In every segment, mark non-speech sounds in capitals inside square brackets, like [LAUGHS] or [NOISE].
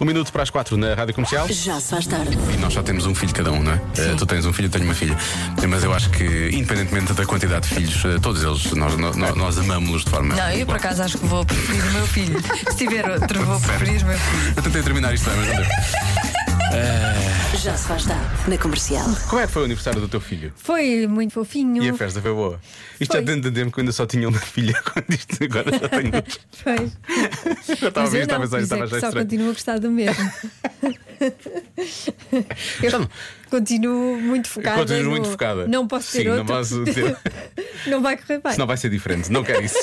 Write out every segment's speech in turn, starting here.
Um minuto para as quatro na Rádio Comercial. Já se faz tarde. E nós só temos um filho cada um, não é? Eh, tu tens um filho, eu tenho uma filha. Mas eu acho que, independentemente da quantidade de filhos, eh, todos eles, nós, nós, nós amamos-los de forma. Não, [LAUGHS] eu por acaso acho que vou preferir o meu filho. Se tiver outro, vou preferir o meu filho. Eu tentei terminar isto, bem, mas não deu. Já se faz tarde. Na comercial. Como é que foi o aniversário do teu filho? Foi muito fofinho. E a festa foi boa. Isto Foi. já dentro de tempo que eu ainda só tinha uma filha, [LAUGHS] quando isto agora já tenho [LAUGHS] duas. Pois. Já estava a Mas ver eu esta não, por mensagem, isso é estava que já só estranho. continuo a gostar do [LAUGHS] mesmo. Eu Já não- continuo muito focada. Continuas no- muito focada. um Não posso ter Sim, outro. não posso ter. Não [LAUGHS] vai correr bem. Senão vai ser diferente, não quero [LAUGHS] isso.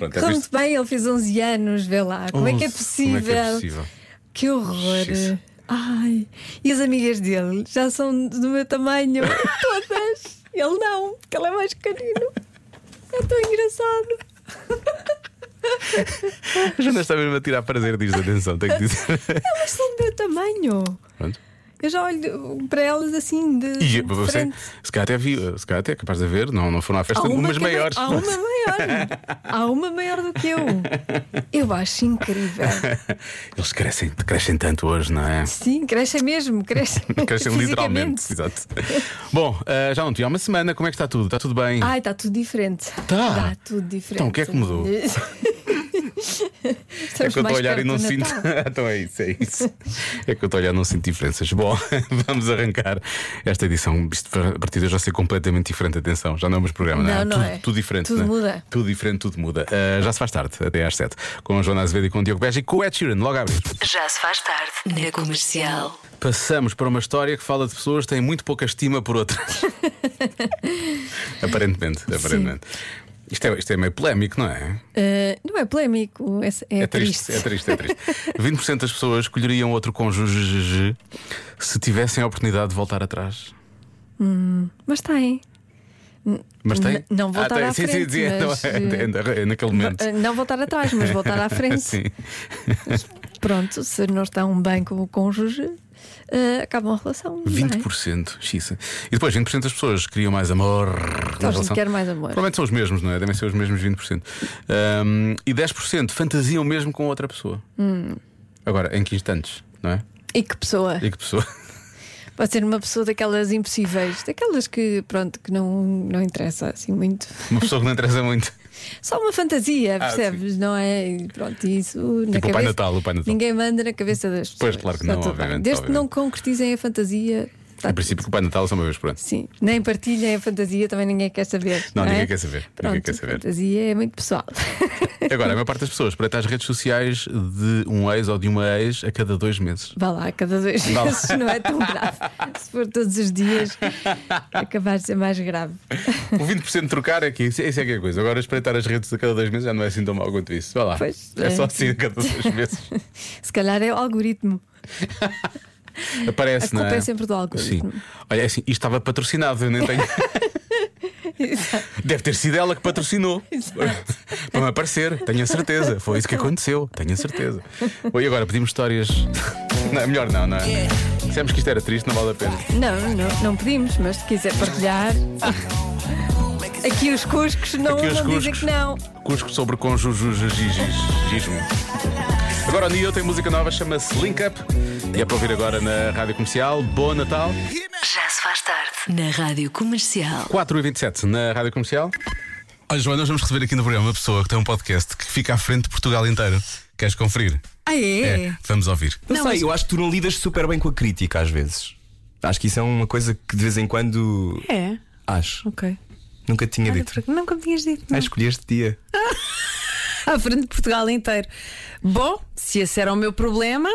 Pronto, é Corre-te bem, ele fez 11 anos, vê lá. Como é que é Onze, como possível? é que é possível? Que horror. Jesus. Ai, e as amigas dele já são do [LAUGHS] meu tamanho, todas. Ele não, porque ele é mais pequenino. É tão engraçado. A Joana está mesmo a tirar prazer disto, atenção, tenho que dizer. Elas são do meu tamanho. Pronto. Eu já olho para elas assim de. E de eu, eu sei, frente. se calhar até vi, se calhar até é capaz de haver, não, não foram à festa, umas que é- maiores. Há uma maior. Há uma maior do que eu. Eu acho incrível. [LAUGHS] Eles crescem, crescem tanto hoje, não [LAUGHS] é? Sim, crescem [LAUGHS] mesmo, crescem. Crescem literalmente. fisicamente. Exato. Bom, ah, já não tinha uma semana, como é que está tudo? Está tudo bem? Ai, está tudo diferente. Tá. Está tudo diferente. Então, o que é que [LAUGHS] mudou? É Estamos que eu estou a mais olhar e perto não do sinto. Natal. [LAUGHS] então é isso, [LAUGHS] é isso. É que eu estou a olhar e não sinto diferenças. Bom, [LAUGHS] vamos arrancar esta edição. Isto a partir de hoje vai ser completamente diferente. Atenção, já não é o mesmo programa, não, é? Não, não tudo, é. tudo diferente. Tudo não é? muda. Tudo diferente, tudo muda. Ah, já se faz tarde, até às 7. Com a Joana Azevedo e com o Diogo Beja e com o Ed Sheeran, logo a abrir. Já se faz tarde. Na comercial. Passamos para uma história que fala de pessoas que têm muito pouca estima por [LAUGHS] outras. aparentemente, aparentemente. Isto é, isto é meio polémico, não é? Eh, não é polémico, é, é triste. é triste, é [LAUGHS] triste. 20% das pessoas escolheriam outro cônjuge se tivessem a oportunidade de voltar atrás. Mas tá, tem. Mas tem? N- não voltar tem. à sim, frente, sim, sim, mas, não, [LAUGHS] é, é, é, é naquele momento. Eh, Não eh, voltar atrás, mas [LAUGHS] voltar à frente. Sim. Pronto, se não estão bem com o cônjuge, eh, acabam a relação. não é? 20%, xiça. E depois 20% das pessoas queriam mais amor. na a gente relação. quer mais amor. Provavelmente são os mesmos, não é? Devem ser os mesmos 20%. Ahm, e 10% fantasiam mesmo com outra pessoa. Hum. Agora, em que instantes, não é? E que pessoa? E que pessoa? [LAUGHS] Pode ser uma pessoa daquelas impossíveis, daquelas que, pronto, que não, não interessa assim muito. Uma pessoa que não interessa muito. Só uma fantasia, Ah, percebes? não é? E Pronto, isso. na Tipo o Pai cabeça- Natal, o Pai Natal. Ninguém manda na cabeça das Pois, pessoas. claro que Está não, tudo bem. obviamente, Desde obviamente. que não concretizem a fantasia. está Em princípio, que o Pai Natal é só uma vez por ano. Sim, nem partilhem a fantasia, também ninguém quer saber. Não, Não, ninguém é? quer saber, ninguém Pronto, quer saber. Fantasia é muito pessoal. [LAUGHS] Agora, a maior parte das pessoas para as redes sociais de um ex ou de uma ex a cada dois meses. Vá lá, cada dois Vá lá. meses não é tão grave. Se for todos os dias, acabar de ser mais grave. O 20% de trocar é que isso, isso é que é coisa. Agora, espreitar as redes a cada dois meses já não é assim tão mal quanto isso. Vá lá. Pois, é só é. assim a cada dois meses. Se calhar é o algoritmo. Aparece, A culpa não é? é sempre do algoritmo. Sim. Olha, é assim, isto estava patrocinado, eu nem tenho. [LAUGHS] Deve ter sido ela que [LAUGHS] patrocinou. Para me aparecer, tenho a certeza. Foi isso que aconteceu, tenho a certeza. Bom, e agora pedimos histórias. [LAUGHS] Não, é melhor não, não é? Dissemos que isto era triste, não vale a pena. Não, não, não pedimos, mas se quiser partilhar. Aqui os cuscos não, Aqui os não dizem cuscos. que não. Cusco sobre cônjuges gismo. Agora o Neo tem música nova, chama-se Link Up. E é para ouvir agora na Rádio Comercial. Bom Natal. Já se faz tarde. Na rádio comercial. 4h27 na Rádio Comercial. Olha, Joana, nós vamos receber aqui no programa uma pessoa que tem um podcast que fica à frente de Portugal inteiro. Queres conferir? Ah, é? vamos ouvir. Não, sei, eu acho que tu não lidas super bem com a crítica às vezes. Acho que isso é uma coisa que de vez em quando. É, Acho. ok. Nunca te tinha Olha, dito. por- Nunca me tinhas dito. Ah, escolheste dia. À frente de Portugal inteiro. Bom, se esse era o meu problema,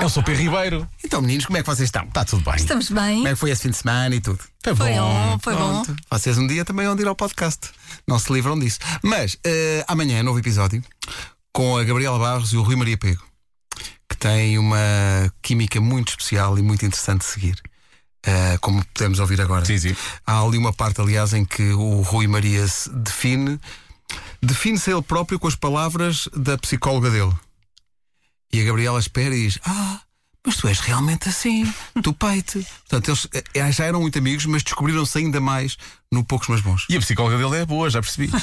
Eu sou Pedro É Ribeiro. Então, meninos, como é que vocês estão? Está tudo bem? Estamos bem. Como é que foi esse fim de semana e tudo? Foi bom, foi bom. Vocês um dia também vão de ir ao podcast. Não se livram disso. Mas eh, amanhã é novo episódio com a Gabriela Barros e o Rui Maria Pego, que tem uma química muito especial e muito interessante de seguir. Eh, como podemos ouvir agora. Sim, sim. Há ali uma parte, aliás, em que o Rui Maria se define, define-se ele próprio com as palavras da psicóloga dele. E a Gabriela espera e diz: Ah, mas tu és realmente assim, tu peito. Portanto, eles eh, já eram muito amigos, mas descobriram-se ainda mais no Poucos Mas Bons. E a psicóloga dele é boa, já percebi. [LAUGHS]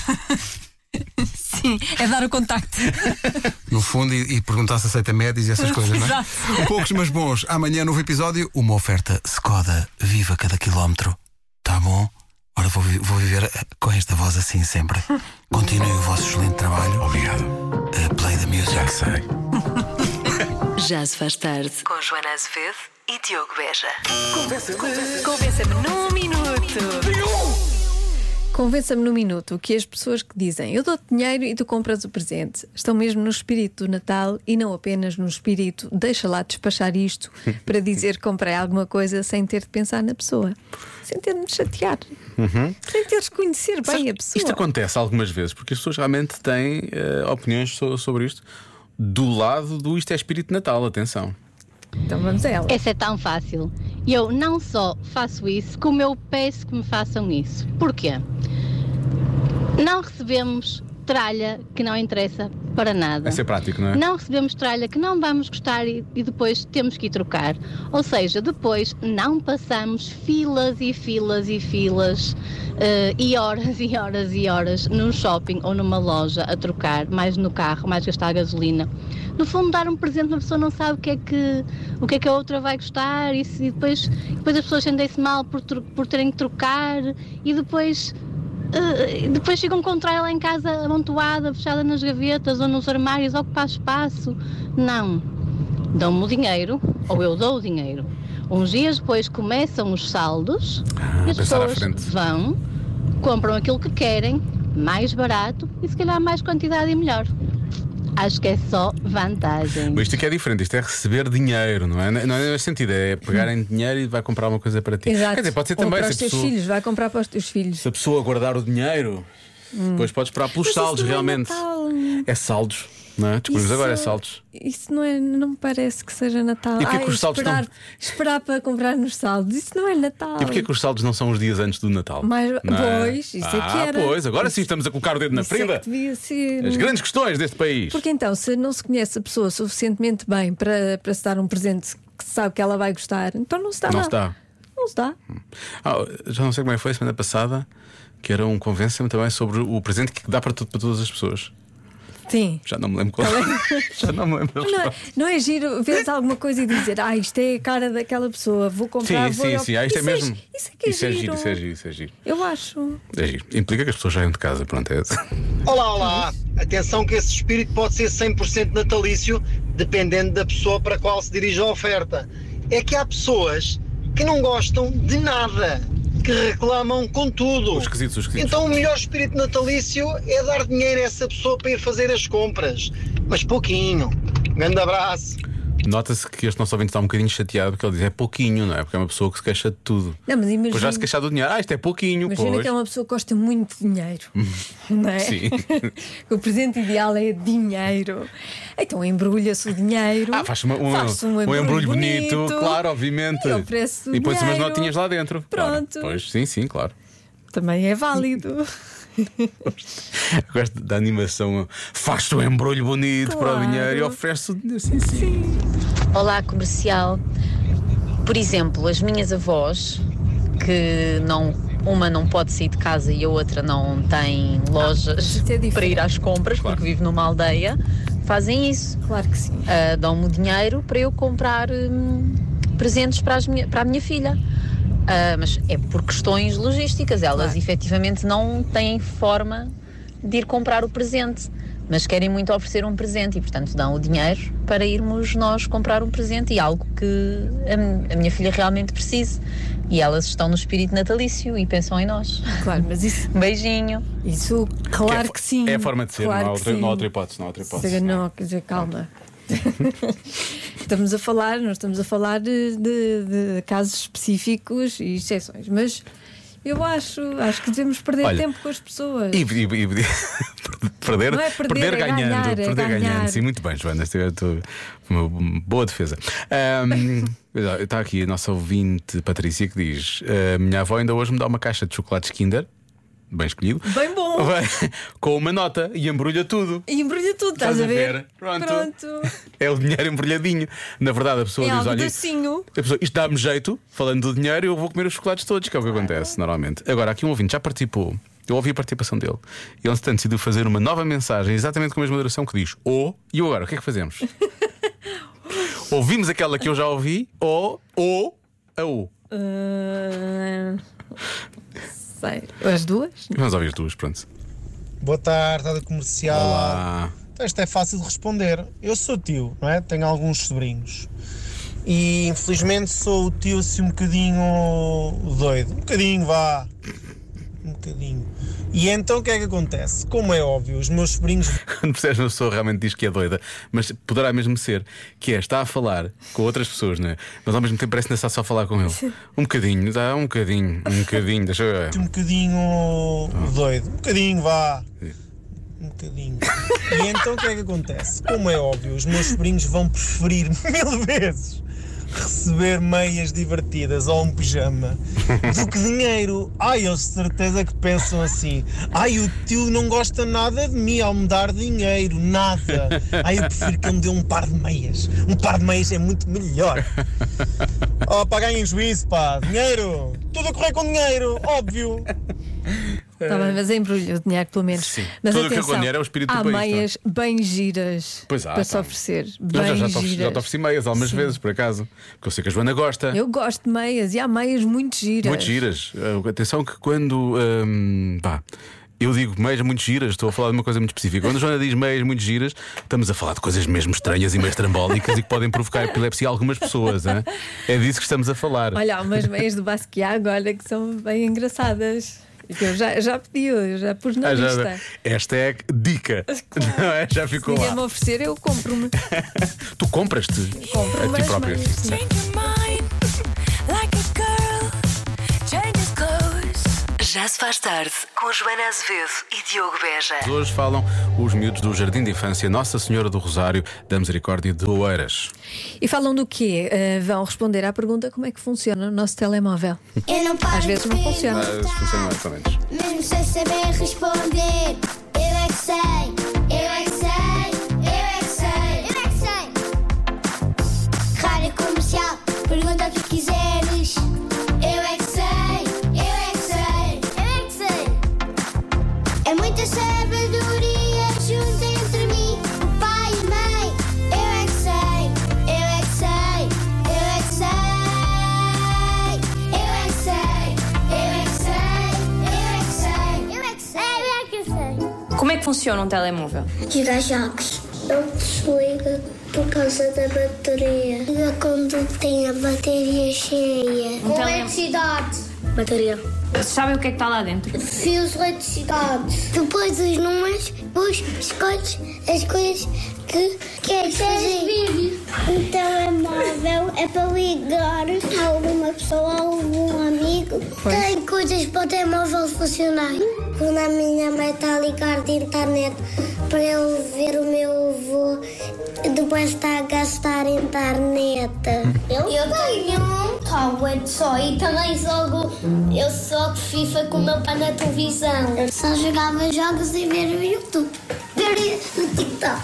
Sim, é dar o contacto. no fundo, e, e perguntar se aceita médias e [LAUGHS] essas coisas, não é? Exato. Poucos, mas bons. Amanhã, novo episódio, uma oferta Skoda, viva cada quilómetro. Tá bom? Ora, vou, vi- vou viver eh, com esta voz assim sempre. Continuem o vosso excelente trabalho. Obrigado. play the music. Já sei. Já se faz tarde. Com Joana Azevedo e Diogo Beja. Convença-me num minuto. Convença-me num minuto que as pessoas que dizem eu dou-te dinheiro e tu compras o presente estão mesmo no espírito do Natal e não apenas no espírito deixa lá [LAUGHS] despachar isto para dizer que comprei alguma coisa sem ter de pensar na pessoa, sem ter de me chatear, sem ter de conhecer bem a pessoa. Uhum. Isto acontece algumas vezes, porque as pessoas realmente têm eh, opiniões so- sobre isto do lado do isto é espírito de Natal, atenção. Então vamos a ela. Essa é tão fácil. E Eu não só faço isso, como eu peço que me façam isso. Porquê? Não recebemos tralha que não interessa para nada. Vai ser prático, não é? Não recebemos tralha que não vamos gostar e, e depois temos que ir trocar. Ou seja, depois não passamos filas e filas e filas eh, e horas e horas e horas num shopping ou numa loja a trocar, mais no carro, mais gastar gasolina. No fundo, dar um presente uma pessoa não sabe o que é que, o que, é que a outra vai gostar e, se- e depois, e depois as pessoas sentem-se mal por, tro- por terem que trocar e depois Uh, depois ficam com tralha lá em casa amontoada, fechada nas gavetas ou nos armários, ocupar espaço. Não. Dão-me o dinheiro, ou eu dou o dinheiro. Uns dias depois começam os saldos e as Ah, pensar à pessoas frente. vão, compram aquilo que querem, mais barato e se calhar mais quantidade e melhor. Acho que é só vantagem. Mas isto aqui é diferente, isto é receber dinheiro, não é? Não é nesse sentido, é pegarem dinheiro e vai comprar uma coisa para ti. Exato. Quer dizer, pode ser Ou também para se os a teus pessoa- filhos, vai comprar para os teus filhos. Se a pessoa guardar o dinheiro, depois pode esperar pelos Mas isso saldos, não é realmente. Natal. É saldos, não é? Descobrimos Isso- agora, é saldos. Isso não é, não me parece que seja Natal. E porquê que Ai, os saldos esperar, estão- esperar para comprar nos saldos, isso não é Natal. E porquê que os saldos não são os dias antes do Natal? Mais- Não é? Pois, isso é ah, que era. pois, agora sim estamos a colocar o dedo na Isso é que prenda. devia ser. As grandes questões deste país. Porque então, se não se conhece a pessoa suficientemente bem para, para se dar um presente que se sabe que ela vai gostar, então não se dá Não nada. se dá. Não se dá. Ah, já não sei como é que foi a semana passada, que era um convença-me também sobre o presente que dá para, tu- para todas as pessoas. Sim. Já não me lembro qual. é. [LAUGHS] já não me lembro. Tá Não, não é [LAUGHS] giro veres alguma coisa e dizer, ah, isto é a cara daquela pessoa, vou comprar. Sim, vou sim, sim. Ah, isto é Isso mesmo. Isso é que é isso é giro. giro, isso é giro, isso é giro. Eu acho. É giro. Implica que as pessoas saiam de casa, pronto. É... Olá, olá! Atenção que esse espírito pode ser 100% natalício, dependendo da pessoa para a qual se dirige a oferta. É que há pessoas que não gostam de nada, que reclamam com tudo. Os esquisitos, os esquisitos. Então o melhor espírito natalício é dar dinheiro a essa pessoa para ir fazer as compras. Mas pouquinho. Um Grande abraço. Nota-se que este nosso ouvinte está um bocadinho chateado porque ele diz é pouquinho, não é? Porque é uma pessoa que se queixa de tudo. Não, mas imagina, Depois já se queixar do dinheiro, ah, isto é pouquinho, imagina pois. que é uma pessoa que gosta muito [LAUGHS] de dinheiro. não é? Sim. [LAUGHS] o presente ideal é dinheiro. Então embrulha-se o dinheiro. Ah, faz uma- um, faz-se um embrulho bonito, claro, obviamente. E oferece o E põe-se umas dinheiro. notinhas lá dentro. Claro. Pronto. Pois, sim, sim, claro. Também [LAUGHS] é válido. Eu Gosto da animação. Faz-te um embrulho bonito para o Claro. dinheiro e oferece o dinheiro. Sim, sim. Olá, comercial. Por exemplo, as minhas avós, que não, uma não pode sair de casa e a outra não tem mas lojas isso é diferente. para ir às compras, porque vive numa aldeia, fazem isso. Claro que sim. Ah, Dão-me o dinheiro para eu comprar hum, presentes para, as minha- para a minha filha. Ah, mas é por questões logísticas, elas efetivamente não têm forma de ir comprar o presente, mas querem muito oferecer um presente e, portanto, dão o dinheiro para irmos nós comprar um presente e algo que é a, mi- a minha filha realmente precise. E elas estão no espírito natalício e pensam em nós. Claro, mas isso, um Beijinho. isso Que é claro a que, fo- sim. É a forma de ser, Claro não, há que outra, sim. não há outra hipótese. Não há outra hipótese. Dizer, não, quer dizer, calma. [LAUGHS] estamos a falar, nós estamos a falar de, de- de casos específicos e exceções, mas eu acho, acho que devemos perder Olha, tempo com as pessoas. E, e- e- [LAUGHS] perder, Não é perder, é ganhando. ganhar, é perder ganhar. ganhando. Sim, muito bem, Joana. estou- estou- uma boa defesa. [LAUGHS] Ahm, está aqui a nossa ouvinte Patrícia que diz: "A Minha avó ainda hoje me dá uma caixa de chocolates Kinder, bem escolhido, Bem bom. Bem, [LAUGHS] com uma nota e embrulha tudo. E embrulha tudo, estás, Estás a a ver? ver? Pronto. Pronto. É o dinheiro embrulhadinho. Na verdade, a pessoa É diz: algo olha. docinho. a pessoa, isto dá-me jeito, falando do dinheiro, eu vou comer os chocolates todos, que é o que acontece normalmente. Agora, aqui um ouvinte já participou. Eu ouvi a participação dele. E ele, entretanto, decidiu fazer uma nova mensagem, exatamente com a mesma duração que diz: ou, e agora, o que é que [LAUGHS] fazemos? Ouvimos aquela que eu já ouvi, ou, ou, a ou. Ah, sei. As duas? Vamos ouvir as duas, pronto. Ah. Boa tarde, rádio comercial. Olá. Então, isto é fácil de responder. Eu sou tio, não é? Tenho alguns sobrinhos. E infelizmente sou o tio assim um bocadinho doido. Um bocadinho, vá. Um bocadinho. E então o que é que acontece? Como é óbvio, os meus sobrinhos Quando percebes uma pessoa realmente diz que é doida, mas poderá mesmo ser que é, está a falar com outras pessoas, não é? Mas ao mesmo tempo parece que ainda está só a falar com ele. Um bocadinho, dá um bocadinho, um bocadinho, deixa eu ver. um bocadinho doido. Um bocadinho, vá. Um bocadinho. E então o que é que acontece? Como é óbvio, os meus sobrinhos vão preferir [LAUGHS] mil vezes receber meias divertidas ou um pijama do que dinheiro. Ai, eles de certeza que pensam assim. Ai, o tio não gosta nada de mim ao me dar dinheiro, nada. Ai, eu prefiro que ele me dê um par de meias. Um par de meias é muito melhor. Oh, pá, ganhem juízo, pá. Dinheiro. Tudo a correr com dinheiro, óbvio. Está bem, mas é embrulho o dinheiro, pelo menos. Sim. Mas Tudo o que atenção, com dinheiro é o espírito do há país, não é? meias bem giras Pois há, para se pá. oferecer. Não, Bem já, já, te ofereci, giras. já te ofereci meias algumas Sim. vezes, por acaso. Porque eu sei que a Joana gosta. Eu gosto de meias e há meias muito giras. Muito giras. Uh, Atenção que quando. hum, pá, eu digo meias muito giras, estou a falar de uma coisa muito específica. Quando a Joana diz meias muito giras, estamos a falar de coisas mesmo estranhas e meio estrambólicas e que podem provocar epilepsia a algumas pessoas. hã? É disso que estamos a falar. Olha, há umas meias do Basquiat olha que são bem engraçadas. E que Eu já, já pedi, eu já pus na Ah, já- lista. esta é a dica. [LAUGHS] Não é? Já Se ficou ninguém lá. me oferecer, eu compro-me. Tu compras-te Compro a é ti umas própria. meias, sim. Já se faz tarde com Joana Azevedo e Diogo Beja. Hoje falam os miúdos do Jardim de Infância Nossa Senhora do Rosário da Misericórdia de Oeiras. E falam do quê? Eh, vão responder à pergunta como é que funciona o nosso telemóvel. Às vezes não funciona. Mas Ah, funciona mais ou menos. Mesmo sem saber responder, eu é que sei, eu é que sei, eu é que sei, eu é que sei. Rádio comercial, pergunta o que quiseres. Eu é que sei, eu é que sei, eu é que sei. É muita sabedoria junta entre mim, o pai e a mãe. Eu é que sei, eu é que sei, eu é que sei. Eu é que sei, eu é que sei, eu é que sei, eu é que sei, eu é que sei. Como é que funciona um telemóvel? Tira jogos. Ele desliga por causa da bateria. Liga quando tem a bateria cheia. Com Então- eletricidade. Bateria. Sabem o que é que está lá dentro? Fios de eletricidade. Depois os números, depois escolhes as coisas que queres fazer. Um telemóvel é para ligar a alguma pessoa, a algum amigo. Tem coisas para o telemóvel funcionar. Quando a minha mãe está a ligar de internet para eu ver o meu avô, depois está a gastar internet. Eu, tenho um tablet só e também jogo. Eu só FIFA com o meu pai na televisão. Eu só jogava jogos e ver o YouTube. Ver o TikTok.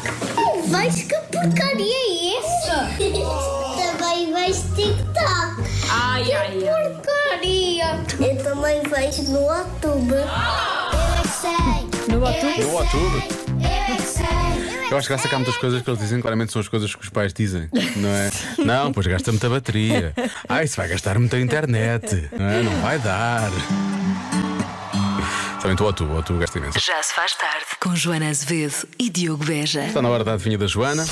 Vais que porcaria é essa? também vejo TikTok. Ai, que ai, ai. porcaria! Eu também vejo no YouTube. Ah! Eu é que sei. No No outubro. Eu é que sei. Eu acho que graça que há muitas coisas que eles dizem, claramente são as coisas que os pais dizem, não é? Não, pois gasta muita bateria. Ai, isso vai gastar muita internet. Não, é? Não vai dar. Somente o Otu, o Otu gasta imenso. Já se faz tarde com Joana Azevedo e Diogo Beja. Está na hora da adivinha da Joana.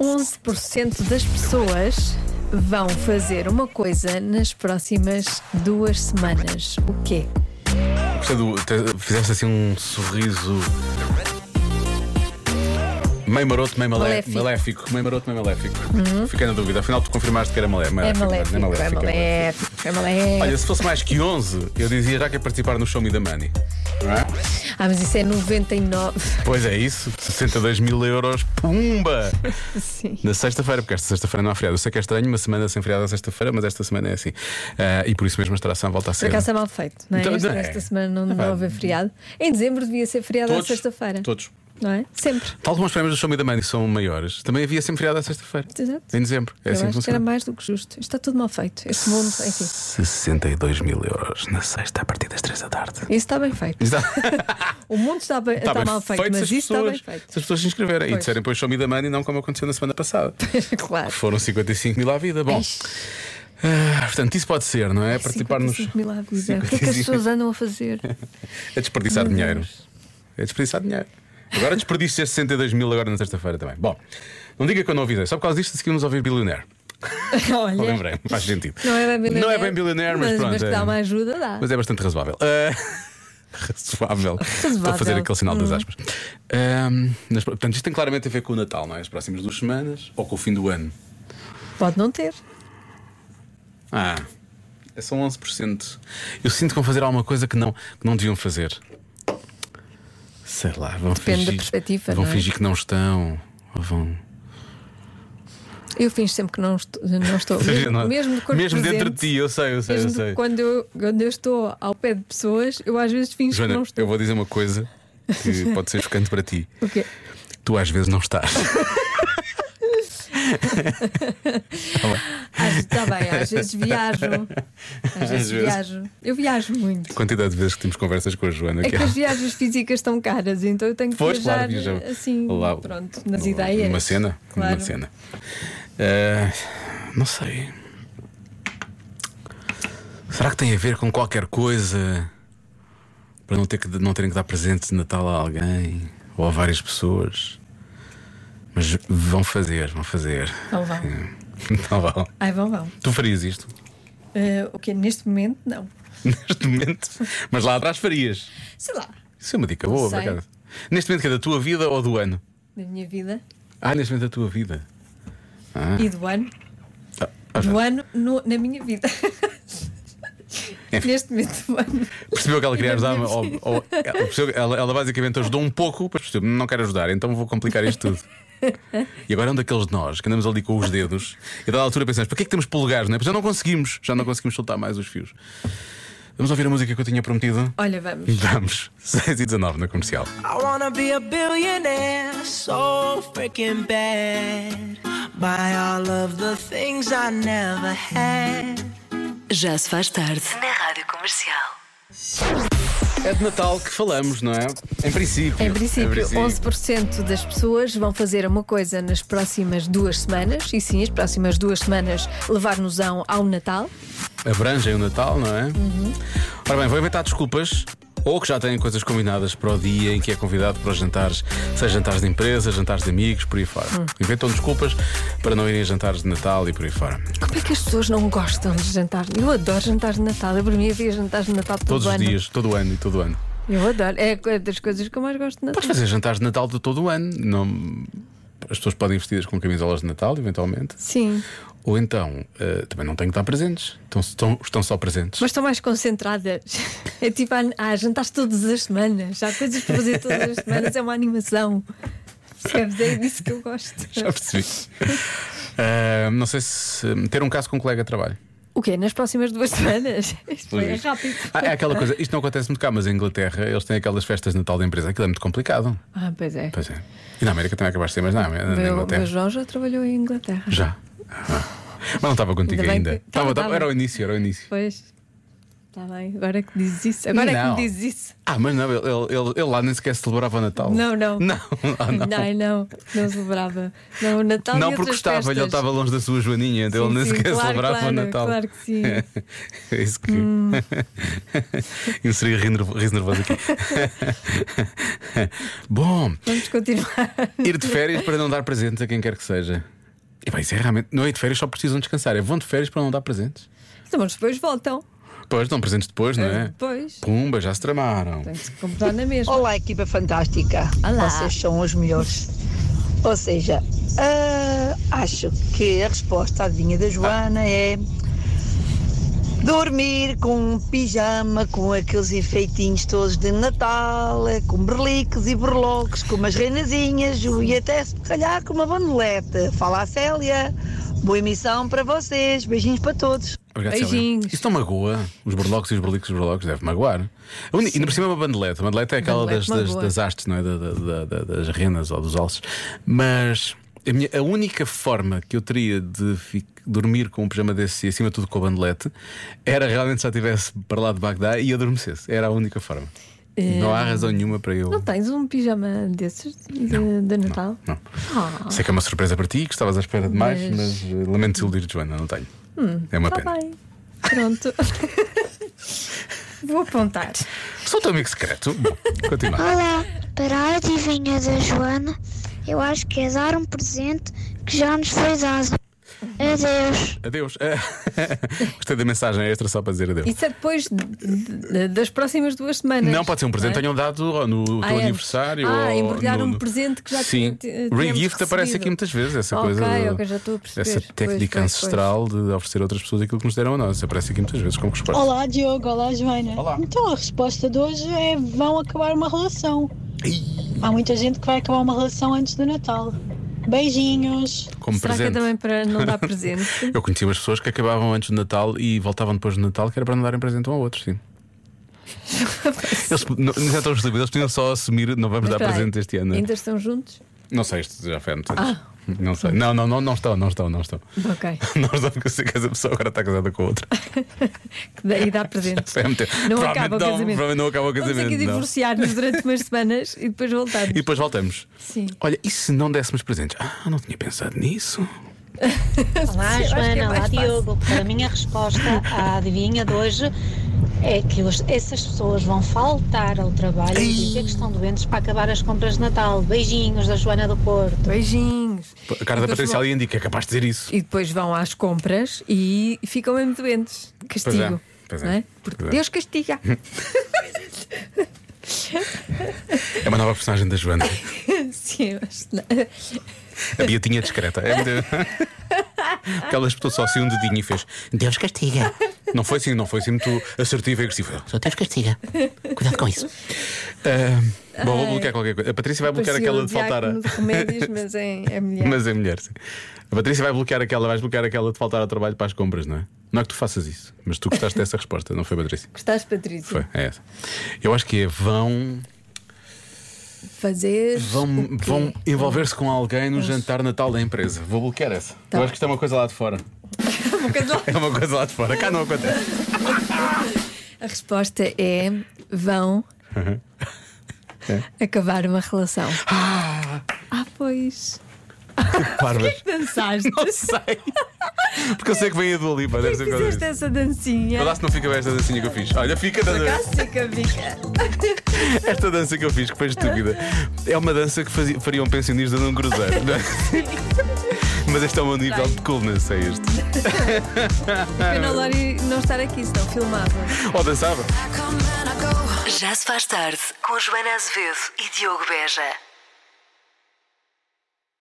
11% das pessoas vão fazer uma coisa nas próximas duas semanas. O quê? Gostei do. te- Fizeste assim um sorriso. Meio maroto, meio malé- Maléfico. maléfico. Meio maroto, meio maléfico. Uhum. Fiquei na dúvida. Afinal, tu confirmaste que era malé. É não maléfico, é maléfico, é maléfico. Olha, se fosse mais que 11, eu dizia já que é participar no Show Me the Money. Não é? Ah, mas isso é 99. Pois é isso, 62 mil euros, pumba! [LAUGHS] Sim. Na sexta-feira, porque esta sexta-feira não há feriado. Eu sei que é estranho, uma semana sem feriado à sexta-feira, mas esta semana é assim. Ah, e por isso mesmo a extração volta a Por ser. acaso é mal feito, não é? Então, Esta, não é. esta semana não, não Vai. houve feriado. Em dezembro devia ser feriado à Todos. sexta-feira. Todos. não é? Sempre. Tal como os prémios do Show Me the Money são maiores, também havia sempre feriado à sexta-feira. Exato. Em dezembro. É Eu assim que acho que era funciona. mais do que justo. Está tudo mal feito. Este mundo, enfim. 62 mil euros na sexta a partir das 3 da [LAUGHS] tarde. Isso está bem feito. Está- [LAUGHS] O mundo está, bem, Está está mal feito, se mas as isso está bem pessoas- feito. Se as pessoas se inscreverem e Pois. disserem pois show me the money, não como aconteceu na semana passada. [LAUGHS] claro. que foram 55 mil à vida. Bom, ah, portanto, isso pode ser, não é? Participar nos. 55 mil à vida. O que é que 55. as pessoas andam [LAUGHS] a fazer? É desperdiçar dinheiro. É desperdiçar dinheiro. Agora desperdiço estes 62 mil agora na sexta-feira também. Bom, não diga que eu não avisei. Só por causa disto seguimos ouvir [LAUGHS] Billionaire. Olha, Não lembrei, faz sentido. não é bem bilionário. Não é bem bilionaire, mas pronto, Mas que dá é- uma ajuda, dá. Mas é bastante razoável. [LAUGHS] Ah, razoável. Estou a fazer aquele sinal das Hum. aspas. Ahm, nas- portanto, isto tem claramente a ver com o Natal, não é? As próximas duas semanas ou com o fim do ano. Pode não ter. Ah, é só 11%. Eu sinto que vão fazer alguma coisa que não, que não deviam fazer. Sei lá, vão Depende da fingir. perspectiva, Vão não é? fingir que não estão. ou Vão... Eu finjo sempre que não estou. Não [LAUGHS] estou. Mesmo, mesmo, de corpo Mesmo dentro de presente, ti, eu sei, eu sei, eu mesmo sei. Quando eu, quando eu estou ao pé de pessoas, eu às vezes finjo que Joana, não estou. eu vou dizer uma coisa que pode ser chocante para ti. O quê? Tu às vezes não estás. Está bem, às vezes viajo. Às vezes viajo. Eu viajo muito. Quantidade de vezes que temos conversas com a Joana. É que que ela- as viagens físicas estão caras, então eu tenho que Pois, viajar claro, viajava. assim, Lá, pronto, nas ideias. Numa cena? Claro. Numa cena. Ah, não sei. Será que tem a ver com qualquer coisa para não, ter que, não terem que dar presente de Natal a alguém ou a várias pessoas? Mas vão fazer, vão fazer. Então vão. [LAUGHS] Não vão. Ai, vão, vão. Tu farias isto Eh, o que Neste momento, não. neste momento, mas lá atrás farias. Sei lá, Isso é uma dica Não boa, sei. por acaso. Neste momento que é da tua vida ou do ano? da minha vida Ah, neste momento da tua vida. Ah. e do ano. ah, do ano no- na minha vida. [LAUGHS] Enfim. Neste momento do ano. Percebeu que ela queria ajudar ou, ou- ela, percebeu que ela, ela basicamente ajudou um pouco, mas percebeu, não quero ajudar, então vou complicar isto tudo. E agora é um daqueles de nós que andamos ali com os dedos e a dada altura pensamos: para que é que temos polegares? Não é? Porque já não conseguimos, já não conseguimos soltar mais os fios. Vamos ouvir a música que eu tinha prometido? Olha, vamos. Vamos, [LAUGHS] 6 e 19 na comercial. I wanna be a billionaire, so freaking bad. Buy all of the things I never had. Já se faz tarde. Na Rádio Comercial. É de Natal que falamos, não é? Em princípio. Em princípio, 11% das pessoas vão fazer uma coisa nas próximas duas semanas, e sim, as próximas duas semanas levar-nos um, ao Natal. abrangem o Natal, não é? Uhum. Ora bem, vou inventar desculpas. Ou que já têm coisas combinadas para o dia em que é convidado para os jantares, seja jantares de empresa, jantares de amigos, por aí fora. Hum. Inventam desculpas para não irem a jantares de Natal e por aí fora. Como é que as pessoas não gostam de jantar? Eu adoro jantar de Natal. Eu para mim havia jantar de Natal todo Todos ano. os dias, todo o ano e todo o ano. Eu adoro. É co- das coisas que eu mais gosto de Natal. Podes fazer jantares de Natal de todo o ano. Não... As pessoas podem ir vestidas com camisolas de Natal, eventualmente. Sim. Ou então, eh, também não têm que estar presentes. Estão, estão, estão só presentes. Mas estão mais concentradas. [LAUGHS] É tipo, há- há jantares todas as semanas. Há coisas para fazer todas as semanas. É uma animação. Percebes? É disso que eu gosto. [LAUGHS] Já [LAUGHS] percebi. Eh, não sei se eh, ter um caso com um colega de trabalho. O quê? Nas próximas duas semanas? [LAUGHS] Isto Pois foi isto. rápido. Ah, é aquela coisa, isto não acontece muito cá, mas em Inglaterra eles têm aquelas festas de Natal da empresa. Aquilo é muito complicado. Ah, pois é. Pois é. E na América também acabaste de ser, mas na, na Meu, Inglaterra. meu João já trabalhou em Inglaterra. Já. Ah. Mas não estava contigo Ainda bem ainda. que- Tava, Estava- tava. Era o início, era o início. Pois. Está bem. Agora é que dizes isso. Agora é Não. que me [LAUGHS] dizes isso. Ah, mas não, ele, ele- ele lá nem sequer celebrava o Natal. Não, não. Não, ah, não. Não, não, não celebrava. Não, o Natal Não, e porque outras estava, ele festas. estava longe da sua Joaninha, então Sim, ele nem sim, sequer claro, celebrava claro, o Natal. claro que sim. [LAUGHS] é isso que. [LAUGHS] Hum. Inseri riso nervo- riso nervoso aqui. [LAUGHS] Bom, Vamos continuar. Ir de férias para não dar presentes a quem quer que seja. E bem, isso é realmente. Não é ir de férias, só precisam descansar. É vão de férias para não dar presentes. Então, mas depois voltam. Pois, dão presentes depois, não Eh, é? Oh. Depois. Pumba, já se tramaram. Comprar na mesma. Olá, equipa fantástica. Olá. Vocês são os melhores. Ou seja, ah, acho que a resposta à adivinha da Joana é dormir com um pijama, com aqueles enfeitinhos todos de Natal, é, com berliques e berloques, com umas renazinhas e até se calhar com uma bandolete. Fala a Célia. Boa emissão para vocês. Beijinhos para todos. Obrigado, Célia. Beijinhos. Isso não magoa. Os burlocos e os burlicos e os burlocos deve magoar. A uni- Ainda por cima é uma bandelete. A bandelete é aquela Bandelete das, das, magoa. das hastes, não é? Da- da- da- da- das renas ou dos alces. Mas a, minha- a única forma que eu teria de fi- dormir com um pijama desse e acima de tudo com a bandelete era realmente se eu estivesse para lá de Bagdá e adormecesse. Era a única forma. Eh, Não há razão nenhuma para eu. Não tens um pijama desses de, de Natal? não. Ah. Sei que é uma surpresa para ti, que estavas à espera de mais, Mas- mas, eh, lamento desiludir, Joana, não tenho. Hum, É uma tá pena. bem. Pronto. [LAUGHS] Vou apontar. Sou teu amigo secreto. Bom, [LAUGHS] continua. Olá, para a adivinha da Joana, eu acho que é dar um presente que já nos foi dado. Adeus. Adeus. [LAUGHS] Gostei da mensagem extra só para dizer adeus. Isso é depois de- de- das próximas duas semanas. Não pode ser um presente, tenham dado ó, no teu Ah, antes. aniversário. Ah, ou embrulhar no- um no- presente que já Sim, ti- eh, tínhamos regift aparece recebido. aqui muitas vezes, essa Ok, coisa. de- ok, já estou a perceber. Essa Pois, técnica pois, ancestral de oferecer a outras pessoas aquilo que nos deram a nós. Aparece aqui muitas vezes, como que Olá, Diogo. Olá, Joana. Olá. Então, a resposta de hoje é vão acabar uma relação. Há muita gente que vai acabar uma relação antes do Natal. Beijinhos. Como Será presente. que é também para [LAUGHS] não dar presente? Eu conheci umas pessoas que acabavam antes do Natal e voltavam depois do Natal, que era para não darem presente um ao outro, [LAUGHS] sim. Eles, não, não é tão estúpido, eles podiam só assumir, não é? vamos Mas dar espera aí, presente este ano. Ainda estão juntos? Não sei, isto já foi há muito tempo. Ah, Não sei. Não, não, não, não estão, não estão, não estão. [LAUGHS] ok. Não estão porque eu sei que essa pessoa agora está casada com outra. [LAUGHS] Que daí dá presente. Foi há É muito tempo. Não Provavelmente acaba o não, casamento. provavelmente não acaba o Vamos aqui casamento, não. divorciar-nos durante umas semanas e depois voltamos. E depois voltamos. Sim. Olha, e se não dessemos presentes? Ah, não tinha pensado nisso. Olá, Sim, eu acho que é Joana. mais Olá, fácil. Diogo. Para a minha resposta à adivinha de hoje é que os- essas pessoas vão faltar ao trabalho e dizer que estão doentes para acabar as compras de Natal. Beijinhos da Joana do Porto. Beijinhos. A cara da Patrícia ali indica que é capaz de dizer isso. E depois vão às compras e ficam mesmo doentes. Castigo. Pois é, pois não é, Porque pois é. Deus [LAUGHS] castiga. É uma nova personagem da Joana. Sim, eu acho que não. A Beatinha discreta. É [LAUGHS] muito... Porque ela espetou só assim um dedinho e fez Deus castiga. Não foi assim, não foi assim muito assertivo e agressivo. Só Deus castiga. Cuidado com isso. Ah, bom, vou Ai. bloquear qualquer coisa. A Patrícia vai bloquear Parecia aquela um de faltar a. diácono de remédios, mas é, é mulher. [LAUGHS] Mas é mulher, sim. A Patrícia vai bloquear aquela, vais bloquear aquela de faltar ao trabalho para as compras, não é? Não é que tu faças isso, mas tu gostaste dessa resposta, não foi, Patrícia? Gostaste, Patrícia? Foi, é essa. Eu acho que é vão, Fazer. vão, o quê? vão envolver-se com alguém no jantar natal da empresa. Vou bloquear essa. Tá. Eu acho que isto é uma coisa lá de fora. É uma coisa lá de fora, cá não acontece. A resposta é: vão acabar uma relação. Ah, pois. Parvas. [LAUGHS] Dançaste. Não sei. Porque eu sei que vem a Dua Lipa, deve ser por causa disso. Fizeste essa dancinha. Olha lá se não fica bem esta dancinha que eu fiz. Olha, fica Por dança. acaso fica, fica. Esta dança que eu fiz, que foi estúpida, é uma dança que fazia, faria um pensionista num cruzeiro. [LAUGHS] não é? Mas este é o meu nível de coolness, é este. Pena o Lori não estar aqui, senão filmava. Ou dançava. Já se faz tarde com Joana Azevedo e Diogo Beja.